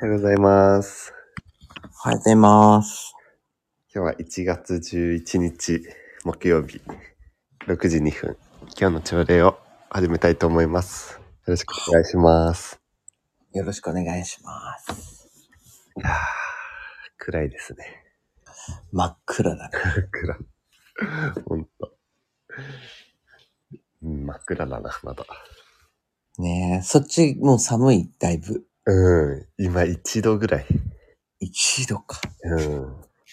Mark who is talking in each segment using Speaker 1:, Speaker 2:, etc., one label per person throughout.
Speaker 1: おはようございます。
Speaker 2: おはようございます。
Speaker 1: 今日は1月11日木曜日6時2分。今日の朝礼を始めたいと思います。よろしくお願いします。
Speaker 2: よろしくお願いします。
Speaker 1: いやー、暗いですね。
Speaker 2: 真っ暗だね。
Speaker 1: 暗。ほんと。うん真っ暗だな、まだ。
Speaker 2: ねえ、そっちもう寒い、だいぶ。
Speaker 1: うん、今1度ぐらい。
Speaker 2: 一度か。
Speaker 1: うん。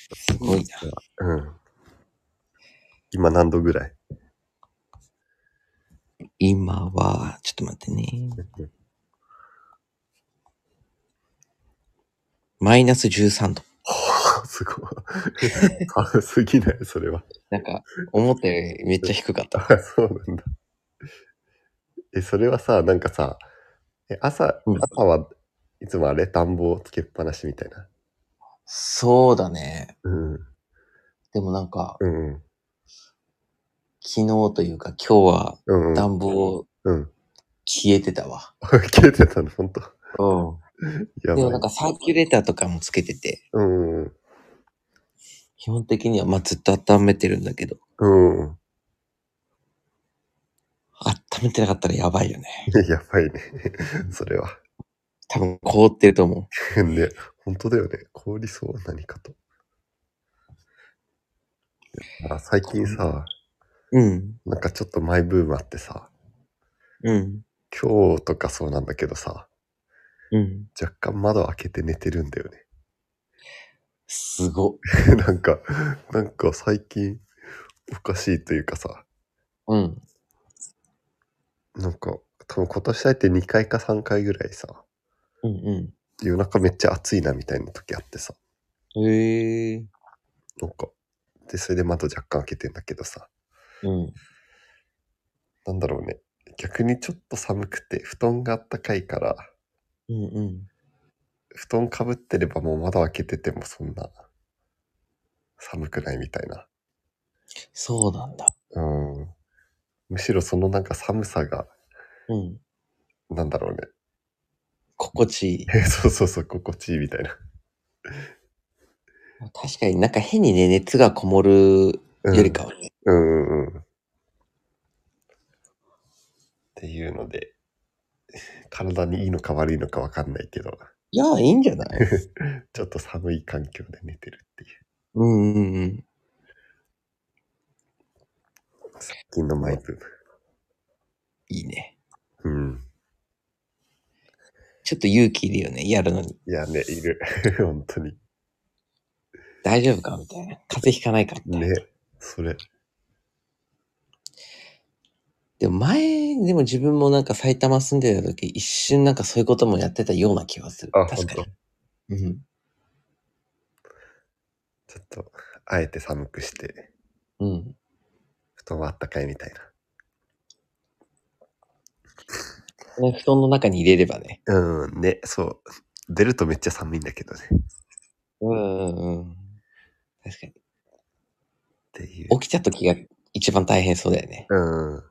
Speaker 2: すごいな。
Speaker 1: うん。今何度ぐらい
Speaker 2: 今は、ちょっと待ってね。マイナス13度。
Speaker 1: すごい。 寒すぎない、それは。
Speaker 2: なんか、思ったよりめっちゃ低かった。
Speaker 1: あ、 そうなんだ。え、それはさ、なんかさ、え朝、
Speaker 2: うん
Speaker 1: 朝はいつもあれ、暖房つけっぱなしみたいな。
Speaker 2: そうだね。
Speaker 1: うん。
Speaker 2: でもなんか、
Speaker 1: うん。
Speaker 2: 昨日というか今日は
Speaker 1: うん。うん。
Speaker 2: 暖房
Speaker 1: うん。
Speaker 2: 消えてたわ。
Speaker 1: 消えてたの、ほんと。
Speaker 2: うん
Speaker 1: や
Speaker 2: でもな
Speaker 1: ばい。
Speaker 2: んかサーキュレーターとかもつけてて、
Speaker 1: うんうん。
Speaker 2: 基本的にはまあずっと温めてるんだけど、
Speaker 1: うん うん。
Speaker 2: 温めてなかったらやばいよね。
Speaker 1: やばいね。 それは。
Speaker 2: 多分凍ってると思う。
Speaker 1: ね、本当だよね。凍りそう、何かと。あ最近さ、
Speaker 2: うん。
Speaker 1: なんかちょっとマイブームあってさ、
Speaker 2: うん。
Speaker 1: 今日とかそうなんだけどさ、
Speaker 2: うん。
Speaker 1: 若干窓開けて寝てるんだよね。
Speaker 2: すごっ。
Speaker 1: なんか、なんか最近おかしいというかさ、
Speaker 2: うん。
Speaker 1: なんか多分今年入って2回か3回ぐらいさ、
Speaker 2: うん
Speaker 1: 夜中めっちゃ暑いなみたいな時あってさ、
Speaker 2: うん。へえ。
Speaker 1: なんか、で、それで窓若干開けてんだけどさ、
Speaker 2: うん。
Speaker 1: なんだろうね、逆にちょっと寒くて布団があったかいから、
Speaker 2: うんうん。
Speaker 1: 布団かぶってればもう窓開けててもそんな寒くないみたいな。
Speaker 2: そうなんだ。
Speaker 1: うん。むしろそのなんか寒さが、
Speaker 2: うん。
Speaker 1: なんだろうね、
Speaker 2: 心地いい。
Speaker 1: えそうそうそう、心地いいみたいな。
Speaker 2: 確かになんか変にね、熱がこもるよ
Speaker 1: うん
Speaker 2: りかはね。
Speaker 1: うんうんうん。っていうので、 体にいいのか悪いのかわかんないけど、
Speaker 2: いや、いいんじゃない
Speaker 1: ちょっと寒い環境で寝てるっていう、
Speaker 2: うんうんうん。
Speaker 1: 最近のマイブ
Speaker 2: いいね。
Speaker 1: ーム。
Speaker 2: ちょっと勇気いるよね、やるのに。
Speaker 1: うん。いやね、いる。 本当に。
Speaker 2: 大丈夫かみたいな。風邪ひかないかみたいな。
Speaker 1: ね、それ。
Speaker 2: でも前、でも自分もなんか埼玉住んでた時、一瞬なんかそういうこともやってたような気がする。
Speaker 1: あ
Speaker 2: 確か
Speaker 1: 本
Speaker 2: に。うん。
Speaker 1: ちょっと、あえて寒くして、
Speaker 2: うん。
Speaker 1: 布団はあったかいみたい
Speaker 2: ね、布団の中に入れればね。
Speaker 1: な。うん、ね、そう。出るとめっちゃ寒いんだけどね。っ
Speaker 2: うんうんうん。確かに。
Speaker 1: ていう。
Speaker 2: 起きた時が一番大変そうだよね。
Speaker 1: うん。
Speaker 2: 部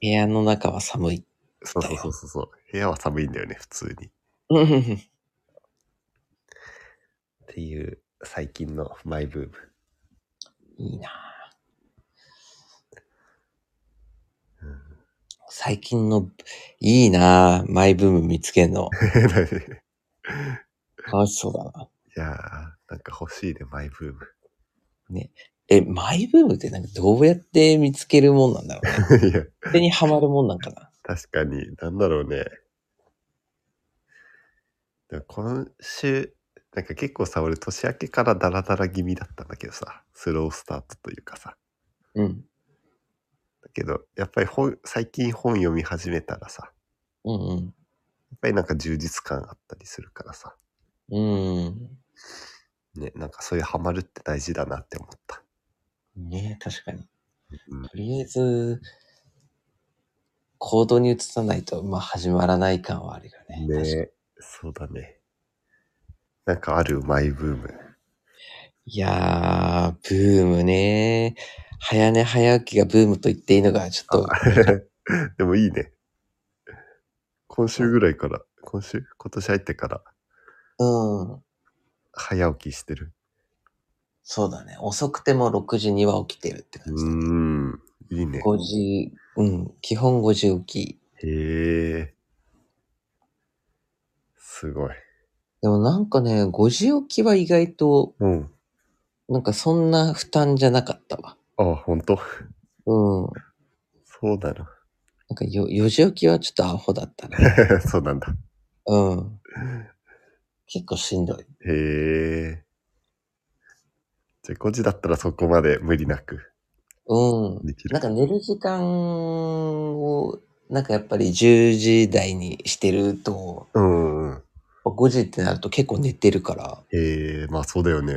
Speaker 2: 屋の中は寒い。
Speaker 1: そうそうそうそうそう。部屋は寒いんだよね、普通に。
Speaker 2: うん
Speaker 1: っていう最近のマイブーム。
Speaker 2: いいなぁ最近の、いいなぁマイブーム見つける の。
Speaker 1: い
Speaker 2: 楽しそうだな。
Speaker 1: やー、なんか欲しいね、マイブー
Speaker 2: え、マイブームってなんかどうやって見つけるもんなんだろう
Speaker 1: ム。
Speaker 2: ね。
Speaker 1: い や、
Speaker 2: それにハマるもんなんかな。
Speaker 1: 確かに、なんだろうね。でも今週、なんか結構さ、俺年明けからダラダラ気味だったんだけどさ、スロースタートというかさ。
Speaker 2: うん。
Speaker 1: だけど、やっぱり本、最近本読み始めたらさ、
Speaker 2: うん
Speaker 1: やっぱりなんか充実感あったりするからさ、
Speaker 2: うん。うん。
Speaker 1: ね、なんかそういうハマるって大事だなって思った。
Speaker 2: ねえ確かに。
Speaker 1: うん
Speaker 2: とりあえず、行動に移さないと、まあ、始まらない感はあるよね。確かに
Speaker 1: ねそうだね。なんかあるマイブーム。
Speaker 2: いやー、ブームね。早寝早起きがブームと言っていいのが、ちょっと、
Speaker 1: でもいいね。今週ぐらいから、今週今年入ってから、
Speaker 2: うん。
Speaker 1: 早起きしてる。
Speaker 2: そうだね。遅くても6時には起きてるって感じ
Speaker 1: う
Speaker 2: だ、ね。
Speaker 1: ん。いいね。
Speaker 2: 5時、うん。基本5時起き。
Speaker 1: へえ。すごい。
Speaker 2: でもなんかね、5時起きは意外と、
Speaker 1: うん。
Speaker 2: なんかそんな負担じゃなかったわ。
Speaker 1: あ、ほんと。
Speaker 2: うん。
Speaker 1: そうだな
Speaker 2: なんかよ4時起きはちょっとアホだったね。
Speaker 1: の。そうなんだ。
Speaker 2: うん。結構しんどい。
Speaker 1: へえ。じゃあ5時だったらそこまで無理なく
Speaker 2: うん。
Speaker 1: できる。
Speaker 2: なんか寝る時間を、なんかやっぱり10時台にしてると、
Speaker 1: うんうん。
Speaker 2: 5時ってなると結構寝てるから、
Speaker 1: へえ、まあそうだよね。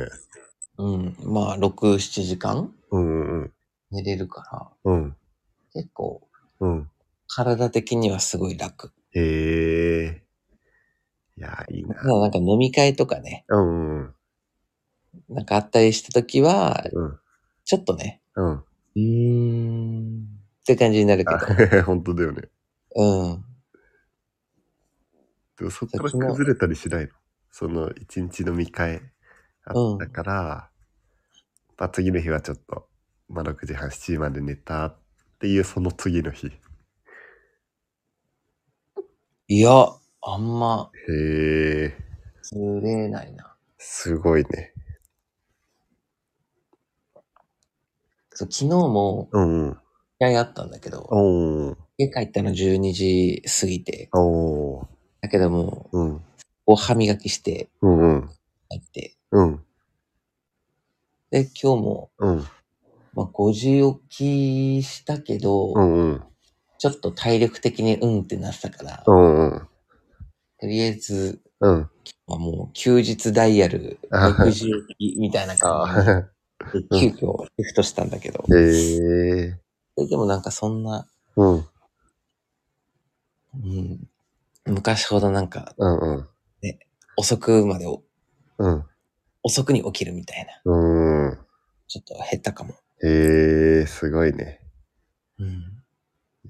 Speaker 2: うん。まあ、6、7時間
Speaker 1: うんうん
Speaker 2: 寝れるから、
Speaker 1: うん。
Speaker 2: 結構、
Speaker 1: うん。うん。
Speaker 2: 体的にはすごい楽。
Speaker 1: へえ。いや、いいな
Speaker 2: た。だなんか飲み会とかね、
Speaker 1: うんうん
Speaker 2: なんかあったりした時は、
Speaker 1: うん。
Speaker 2: ちょっとね、
Speaker 1: うん。
Speaker 2: うーん、って感じになるけど、
Speaker 1: あ 本当だよね。
Speaker 2: うん。
Speaker 1: でもそっから崩れたりしないのその一日飲み会あったから、まあ、次の日はちょっと、まあ、6時半7時まで寝たっていうその次の日へ
Speaker 2: いや、あんま、
Speaker 1: え
Speaker 2: ずれないな。
Speaker 1: すごいね
Speaker 2: そう昨日も、
Speaker 1: うんうん
Speaker 2: 一回あったんだけど、
Speaker 1: おー
Speaker 2: 家帰ったの12時過ぎて、
Speaker 1: おー
Speaker 2: だけどもう、
Speaker 1: うん
Speaker 2: お歯磨きして
Speaker 1: うんうん
Speaker 2: 入って、
Speaker 1: うん
Speaker 2: で、今日も、
Speaker 1: うん
Speaker 2: まあ、5時起きしたけど、
Speaker 1: うんうん
Speaker 2: ちょっと体力的にうんってなってたから、
Speaker 1: うんうん
Speaker 2: とりあえず、
Speaker 1: うん
Speaker 2: まあ、もう休日ダイヤル
Speaker 1: あ
Speaker 2: 6時起きみたいな感
Speaker 1: あ
Speaker 2: じで、急遽シフトしたんだけど、
Speaker 1: へえ
Speaker 2: ででもなんかそんな、
Speaker 1: うん
Speaker 2: うん、昔ほどなんか
Speaker 1: うんうん
Speaker 2: 遅くまでお
Speaker 1: うん
Speaker 2: 遅くに起きるみたいな、
Speaker 1: うん
Speaker 2: ちょっと減ったかも。
Speaker 1: へえすごいね
Speaker 2: うん
Speaker 1: い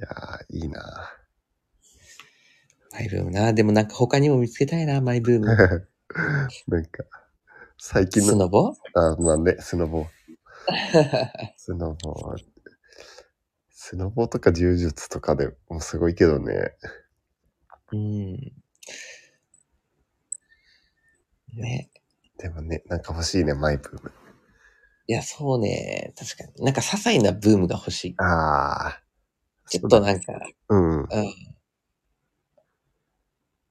Speaker 1: やーいいな
Speaker 2: マイブームな。でもなんか他にも見つけたいな、マイブーム。
Speaker 1: なんか、最近
Speaker 2: ス
Speaker 1: の、
Speaker 2: ノボ
Speaker 1: あ、まあね、スノボー。スノボー。スノボーとか柔術とかでもすごいけどね。
Speaker 2: うん。ね。
Speaker 1: でもね、なんか欲しいね、マイブーム。
Speaker 2: いや、そうね。確かに。なんか些細なブームが欲しい。
Speaker 1: ああ。
Speaker 2: ちょっとなんか、
Speaker 1: うん。うん
Speaker 2: うん。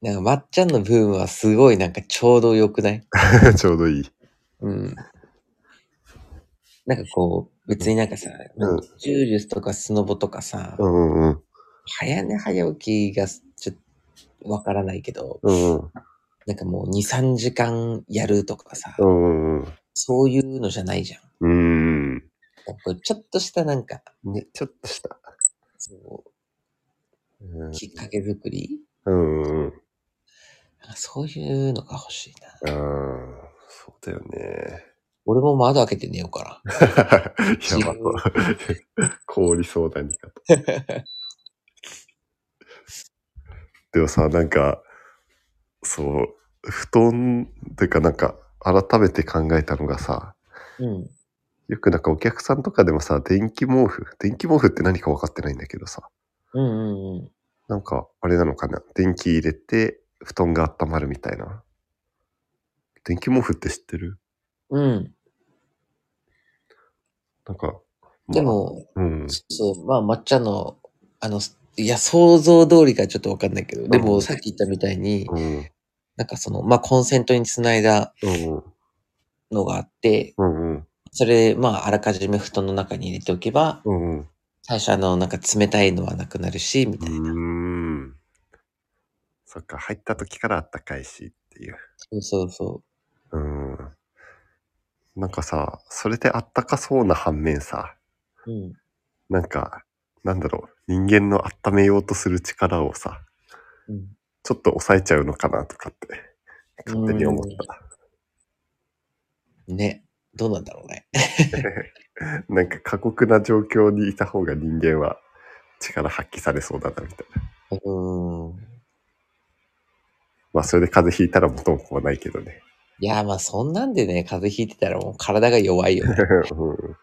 Speaker 2: なんか、まっちゃんのブームはすごいなんかちょうど良くない
Speaker 1: ちょうどいい。
Speaker 2: うん。なんかこう、別になんかさ、
Speaker 1: うん
Speaker 2: 柔術とかスノボとかさ、
Speaker 1: うんうんうん。
Speaker 2: 早寝早起きがちょっとわからないけど、
Speaker 1: うんうん
Speaker 2: なんかもう2、3時間やるとかさ、
Speaker 1: うんうん
Speaker 2: そういうのじゃないじゃん。
Speaker 1: うん。うん。
Speaker 2: こうちょっとしたなんか、
Speaker 1: ね、ちょっとした。
Speaker 2: そううんきっかけ作り
Speaker 1: うんうんうん。
Speaker 2: なんかそういうのが欲しいな。
Speaker 1: うん。そうだよね。
Speaker 2: 俺も窓開けて寝ようか
Speaker 1: や ばそう。凍りそう だにかと。 でもさ、なんか、そう、布団というかなんか、改めて考えたのがさ、
Speaker 2: ら。うん。
Speaker 1: よくなんかお客さんとかでもさ、電気毛布、電気毛布って何か分かってないんだけどさ、
Speaker 2: うんうんうん。
Speaker 1: なんか、あれなのかな、電気入れて、布団が温まるみたいな。電気毛布って知ってる
Speaker 2: うん。
Speaker 1: なんか、まあ
Speaker 2: で、も、
Speaker 1: うん。
Speaker 2: そう、まあ、まっちゃんの、あの、いや、想像通りかちょっとわかんないけど、で
Speaker 1: う
Speaker 2: も
Speaker 1: ん
Speaker 2: さっき言ったみたいに、
Speaker 1: うん。
Speaker 2: なんかその、まあ、コンセントにつないだ
Speaker 1: うん。
Speaker 2: のがあって、
Speaker 1: うん。うん。
Speaker 2: それ、まあ、あらかじめ布団の中に入れておけば、
Speaker 1: うんうん。
Speaker 2: 最初あの、なんか冷たいのはなくなるし、み
Speaker 1: う
Speaker 2: たいな。
Speaker 1: ーん。そっか、入った時からあったかいしっていう。
Speaker 2: そうそうそう
Speaker 1: ーん。なんかさ、それであったかそうな反面さ、
Speaker 2: う。うん。
Speaker 1: なんか、なんだろう、人間の温めようとする力をさ、
Speaker 2: うん、
Speaker 1: ちょっと抑えちゃうのかなとかって、勝手に思った。
Speaker 2: ね。どうなんだろうね。
Speaker 1: なんか過酷な状況にいた方が人間は力発揮されそうだなみたいな。
Speaker 2: うーん。
Speaker 1: まあ、それで風邪ひいたら元も子もないけどね。
Speaker 2: いやー、まあそんなんでね、風邪ひいてたらもう体が弱いよ ね。
Speaker 1: うん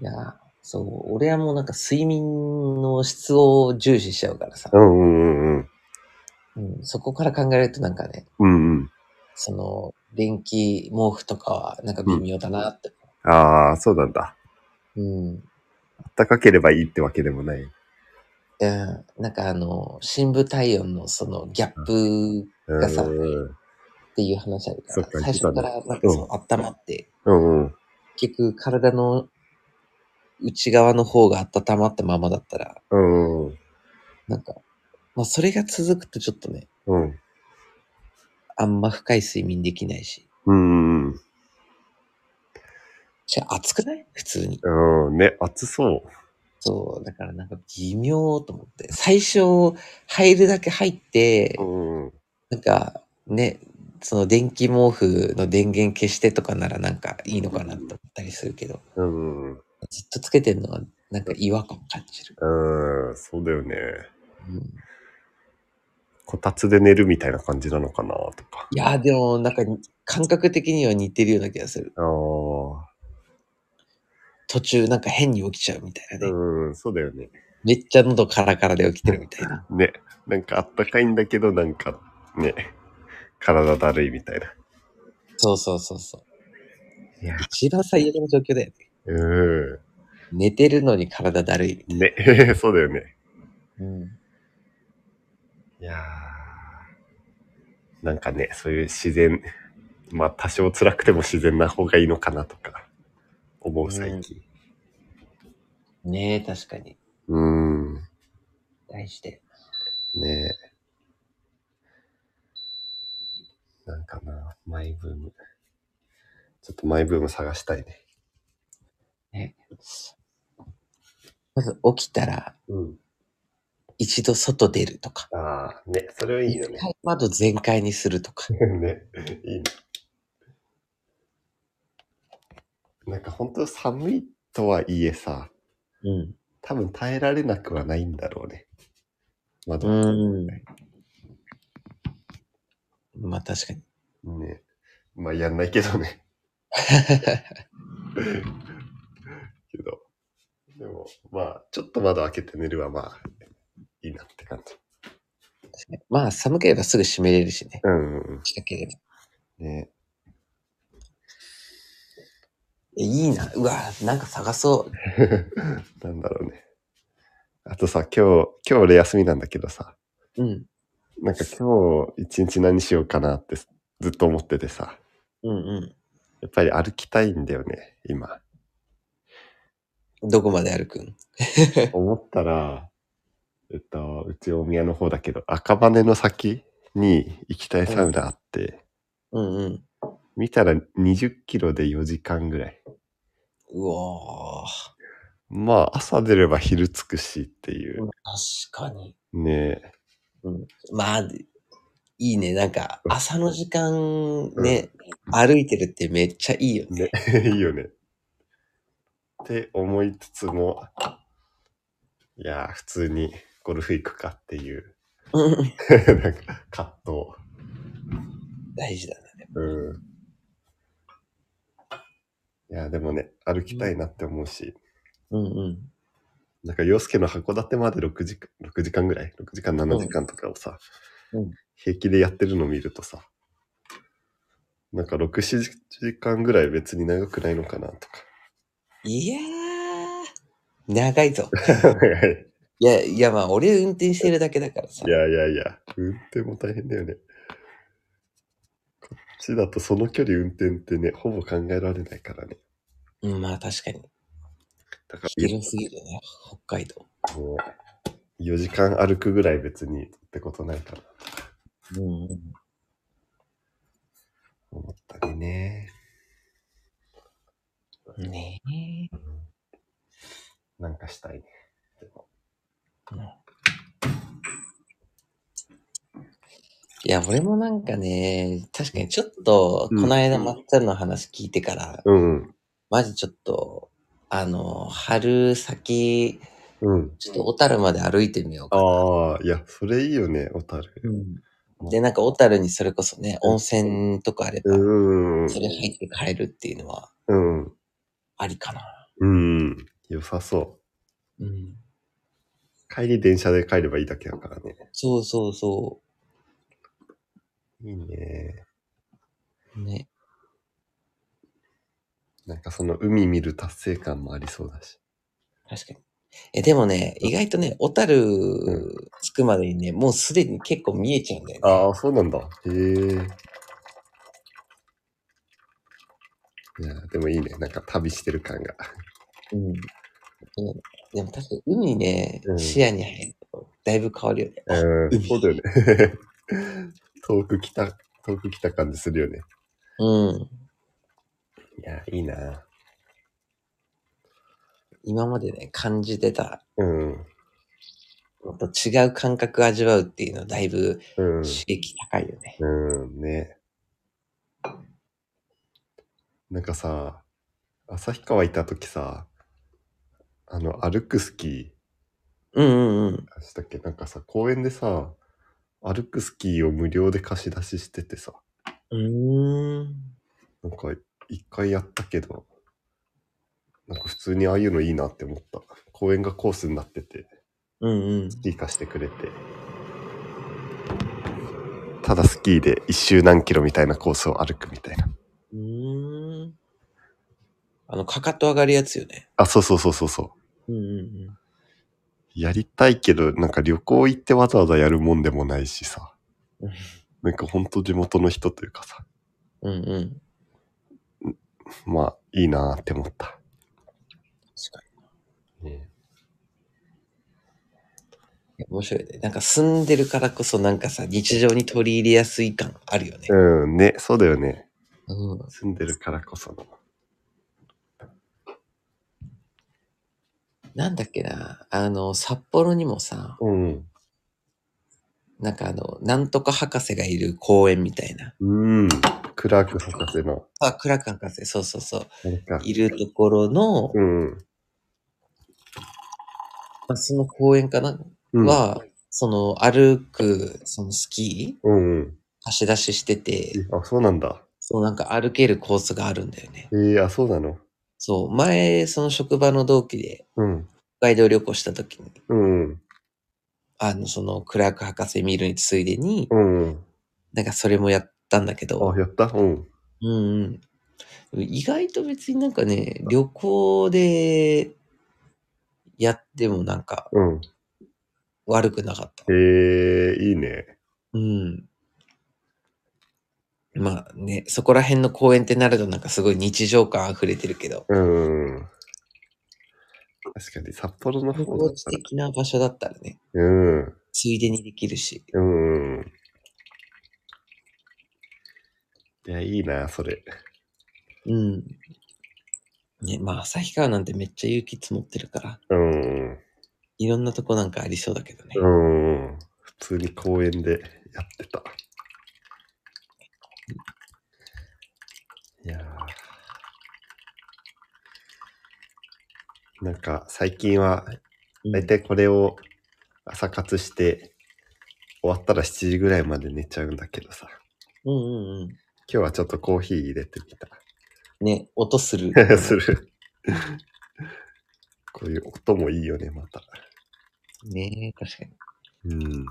Speaker 2: いやー、そう、俺はもうなんか睡眠の質を重視しちゃうからさ
Speaker 1: う、んうんうん
Speaker 2: うん、そこから考えるとなんかね、
Speaker 1: うん。うんうん。
Speaker 2: その、電気毛布とかはなんか微妙だなって。
Speaker 1: ああ、そうなんだ。
Speaker 2: うん。
Speaker 1: 暖かければいいってわけでもない。
Speaker 2: うん、なんかあの、深部体温のそのギャップ
Speaker 1: うん
Speaker 2: がさ
Speaker 1: うん
Speaker 2: っていう話あるか
Speaker 1: そっ
Speaker 2: ら、
Speaker 1: か
Speaker 2: 最初からなんかそう、温まって、
Speaker 1: うんうん。
Speaker 2: 結局体の内側の方が温まったままだったら、
Speaker 1: うんうん
Speaker 2: なんか、まあそれが続くとちょっとね、
Speaker 1: うん。
Speaker 2: あんま深い睡眠できないし。
Speaker 1: うんうん
Speaker 2: しかも暑くない普通に。
Speaker 1: うん。うん。ね、暑そう。
Speaker 2: そう、だからなんか微妙と思って。最初、入るだけ入って
Speaker 1: う、んうん。
Speaker 2: なんかね、その電気毛布の電源消してとかならなんかいいのかなと思ったりするけど、
Speaker 1: うんうん
Speaker 2: ずっとつけてるのはなんか違和感感じる。
Speaker 1: うん。うん、そうだよね。
Speaker 2: うん、い
Speaker 1: こたつで寝るみたいな感じなのかなとか。
Speaker 2: やーでもなんかに感覚的には似てるような気がする。
Speaker 1: ああ。
Speaker 2: 途中なんか変に起きちゃうみたいなね。
Speaker 1: うん、そうだよね。
Speaker 2: めっちゃ喉カラカラで起きてるみたいな。
Speaker 1: ね、なんかあったかいんだけど、なんかね、体だるいみたいな。
Speaker 2: そうそうそうそう。
Speaker 1: いや、
Speaker 2: 一番最悪の状況だよね。
Speaker 1: う
Speaker 2: 寝てるのに体だるいみたい
Speaker 1: ん。ね、そうだよね。
Speaker 2: な。うん
Speaker 1: いやーなんかね、そういう自然、まあ多少辛くても自然な方がいいのかなとか、思う最近。
Speaker 2: ねえ、確かに。
Speaker 1: うん、ん
Speaker 2: 大事で。
Speaker 1: ねなんかな、マイブーム。ちょっとマイブーム探したいね。
Speaker 2: まず起きたら、
Speaker 1: うん。
Speaker 2: 一度外出るとか。
Speaker 1: ああ、ね、それはいいよね
Speaker 2: 一。回窓全開にするとか。
Speaker 1: ね、いいね。なんか本当寒いとはいえさ、
Speaker 2: うん。
Speaker 1: 多分耐えられなくはないんだろうね。窓開け
Speaker 2: うん。まあ確かに。
Speaker 1: ね。まあやんないけど ね。けど。でも、まあ、ちょっと窓開けて寝るはまあ、いいなって感じ。
Speaker 2: まあ寒ければすぐ閉めれるしね。
Speaker 1: うんうん
Speaker 2: 近ければ。
Speaker 1: うん。ね。
Speaker 2: えいいな。うわ、なんか探そう。
Speaker 1: なんだろうね。あとさ、今日、今日俺休みなんだけどさ、
Speaker 2: うん。
Speaker 1: なんか今日一日何しようかなってずっと思っててさ、
Speaker 2: うん
Speaker 1: やっぱり歩きたいんだよね、今。
Speaker 2: うん。どこまで歩くん
Speaker 1: 思ったら、えっと、うち大宮の方だけど、赤羽の先に行きたいサウナあって、
Speaker 2: うんうん。
Speaker 1: 見たら20キロで4時間ぐらい。
Speaker 2: うわ
Speaker 1: まあ、朝出れば昼着くしってい
Speaker 2: ー
Speaker 1: う。
Speaker 2: 確かに。
Speaker 1: ね え。
Speaker 2: まあ、いいね。なんか、朝の時間ね、歩いてるってめっちゃいいよね。
Speaker 1: ね、いいよね。って思いつつも、いやー、普通にゴルフ行くかっていう、 なんか葛藤。
Speaker 2: 大事だね。
Speaker 1: うん。いや、でもね、歩きたいなって思うし、
Speaker 2: うんうん。
Speaker 1: なんか、洋介の函館まで6時間、6時間ぐらい ?6 時間、7時間とかをさ、
Speaker 2: うん
Speaker 1: 平気でやってるの見るとさ、なんか、6、7時間ぐらい別に長くないのかなと
Speaker 2: いやー、長いぞ。
Speaker 1: か。 はい
Speaker 2: いや、いやまあ、俺運転してるだけだからさ
Speaker 1: い。やいやいや、運転も大変だよね。こっちだとその距離運転ってね、ほぼ考えられないからね。
Speaker 2: うん、まあ確かに。
Speaker 1: だから、
Speaker 2: 広すぎるね、北海道。
Speaker 1: もう4時間歩くぐらい別にってことないかなと
Speaker 2: うんうん。
Speaker 1: 思ったりね。
Speaker 2: ねえ。
Speaker 1: なんかしたいね。でも
Speaker 2: いや、俺もなんかね、確かにちょっと、こ
Speaker 1: うん
Speaker 2: の間、まっちゃんの話聞いてから、
Speaker 1: うん。
Speaker 2: マジちょっと、あの、春先、
Speaker 1: うん。
Speaker 2: ちょっと小樽まで歩いてみようか
Speaker 1: ああ、いや、それいいよね、小樽。
Speaker 2: な。うんで、なんか小樽にそれこそね、温泉とかあれば、
Speaker 1: うん。
Speaker 2: それ入って帰るっていうのは
Speaker 1: うん。
Speaker 2: ありかな。
Speaker 1: うん。良さそう。
Speaker 2: うん。
Speaker 1: 帰り電車で帰ればいいだけだからね。
Speaker 2: そうそうそ
Speaker 1: いいね。
Speaker 2: う。ね。
Speaker 1: なんかその海見る達成感もありそうだし。
Speaker 2: 確かに。え、でもね、意外とね、小樽着くまでにね、もうすでに結構見えちゃうんだよね。
Speaker 1: ああ、そうなんだ。へえ。いや、でもいいね。なんか旅してる感が。
Speaker 2: うん。でも確かに海ね、
Speaker 1: うん
Speaker 2: 視野に入ると、だいぶ変わるよね。
Speaker 1: うん、そうだよね。 遠く来た、遠く来た感じするよね。
Speaker 2: うん。
Speaker 1: いや、いいな。
Speaker 2: 今までね、感じてた
Speaker 1: うん。
Speaker 2: のと違う感覚味わうっていうのはだいぶ
Speaker 1: うん。
Speaker 2: 刺激高いよね。
Speaker 1: うん、ね。なんかさ、旭川行った時さ、あの、歩くスキ
Speaker 2: うんうんうん。
Speaker 1: ーしたっけなんかさ、公園でさ、歩くスキーを無料で貸し出ししててさ、
Speaker 2: うーん。
Speaker 1: なんか一回やったけど、なんか普通にああいうのいいなって思った。公園がコースになってて、
Speaker 2: うんうん。
Speaker 1: スキー貸してくれて。ただスキーで一周何キロみたいなコースを歩くみたいな。
Speaker 2: うーん。あの、かかと上がるやつよね。
Speaker 1: あ、そうそうそうそうそう。
Speaker 2: うんうん
Speaker 1: やりたいけど、なんか旅行行ってわざわざやるもんでもないしさ
Speaker 2: うん。
Speaker 1: なんかほんと地元の人というかさ、
Speaker 2: うん。うんうん。
Speaker 1: まあいいなーって思った。
Speaker 2: 確かに。面白いね。なんか住んでるからこそなんかさ、日常に取り入れやすい感あるよね。
Speaker 1: うん、ね、そうだよね。
Speaker 2: うん。
Speaker 1: 住んでるからこその。
Speaker 2: なんだっけな。あの、札幌にもさ、
Speaker 1: うん。
Speaker 2: なんかあの、なんとか博士がいる公園みたいな。
Speaker 1: うん。クラーク博士の、
Speaker 2: あ、クラッカン博士、そうそうそう。
Speaker 1: なんか、
Speaker 2: いるところの、
Speaker 1: うん。
Speaker 2: まあ、その公園かな、
Speaker 1: うん、
Speaker 2: は、その歩く、そのスキー
Speaker 1: うんうん。
Speaker 2: 貸し出ししてて、
Speaker 1: あ、そうなんだ。
Speaker 2: そうなんか歩けるコースがあるんだよね。
Speaker 1: えー、あ、そうなの。
Speaker 2: そう、前、その職場の同期で
Speaker 1: うん。
Speaker 2: 北海道旅行した時に、
Speaker 1: うん。
Speaker 2: あの、そのクラーク博士見るについでに、
Speaker 1: うん。
Speaker 2: なんかそれもやったんだけど
Speaker 1: あ、、やったうん。
Speaker 2: うんうん。意外と別になんかね、旅行でやってもなんか
Speaker 1: うん。
Speaker 2: 悪くなかった。
Speaker 1: えー、いいね。
Speaker 2: うん。まあね、そこら辺の公園ってなるとなんかすごい日常感溢れてるけど、
Speaker 1: うん。確かに札幌の
Speaker 2: 観
Speaker 1: 方
Speaker 2: 光
Speaker 1: だっ
Speaker 2: 地
Speaker 1: たら。
Speaker 2: 的な場所だったらね、
Speaker 1: うん。
Speaker 2: ついでにできるし。
Speaker 1: うん。いや、いいな、それ。
Speaker 2: うん。ね、まあ旭川なんてめっちゃ雪積もってるから、
Speaker 1: うん。
Speaker 2: いろんなとこなんかありそうだけどね。
Speaker 1: うん。普通に公園でやってた。いやーなんか最近は、
Speaker 2: うん
Speaker 1: 大体これを朝活して、終わったら7時ぐらいまで寝ちゃうんだけどさ。
Speaker 2: うんうんう
Speaker 1: 今日はちょっとコーヒー入れてみた。
Speaker 2: ん。ね、音す る。
Speaker 1: する。こういう音もいいよね、また。
Speaker 2: ね、確かに。
Speaker 1: うん。ね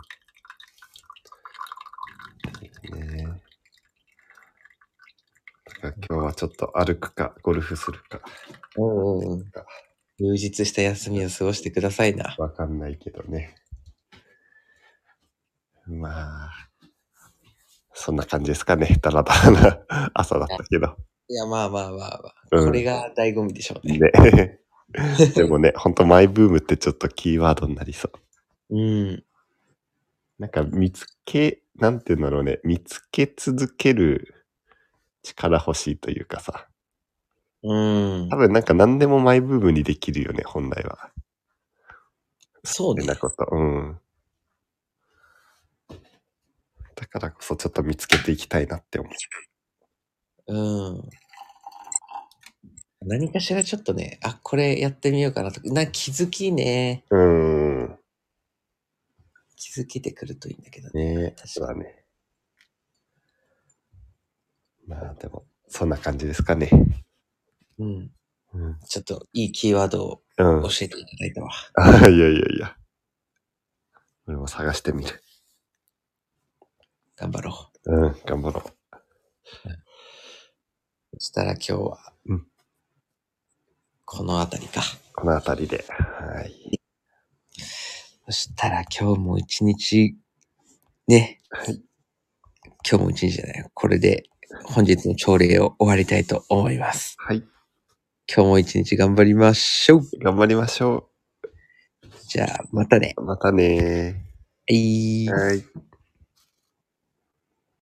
Speaker 1: え。だから今日はちょっと歩くか、ゴルフするか、
Speaker 2: うんうんうん。充実した休みを過ごしてくださいな。
Speaker 1: わかんないけどね。まあ、そんな感じですかね。だらだらな 朝だったけど。
Speaker 2: いや、まあまあまあま
Speaker 1: う
Speaker 2: あ。
Speaker 1: ん
Speaker 2: これが醍醐味でしょうね。
Speaker 1: ね。 でもね、ほんとマイブームってちょっとキーワードになりそう。
Speaker 2: うん。
Speaker 1: なんか見つけ、なんていうんだろうね、見つけ続ける力欲しいというかさ、
Speaker 2: うん
Speaker 1: 多。分なんか何でもマイブームにできるよね、本来は。
Speaker 2: そうね
Speaker 1: 変。なこと。うん。だからこそちょっと見つけていきたいなって思う。
Speaker 2: うん。何かしらちょっとね、あ、これやってみようかなとか、な気づきね、
Speaker 1: うーん。
Speaker 2: 気づきでくるといいんだけどね。
Speaker 1: ね
Speaker 2: 確
Speaker 1: そう
Speaker 2: か
Speaker 1: だね。まあでも、そんな感じですかね。
Speaker 2: うん。
Speaker 1: うん。
Speaker 2: ちょっといいキーワードを
Speaker 1: うん
Speaker 2: 教。えていただいたわ。
Speaker 1: あいやいやいや。俺も探してみる。
Speaker 2: 頑張ろ
Speaker 1: うん、頑張ろ
Speaker 2: う。そしたら今日は、
Speaker 1: うん
Speaker 2: この辺りか。
Speaker 1: う。この辺りで。はい。
Speaker 2: そしたら今日も一日、ね。
Speaker 1: はい
Speaker 2: 今日も一日じゃない。これで本日の朝礼を終わりたいと思います。
Speaker 1: はい。
Speaker 2: 今日も一日頑張りましょう。
Speaker 1: 頑張りましょ
Speaker 2: じゃあ、またね。
Speaker 1: う。またね
Speaker 2: はい
Speaker 1: はい。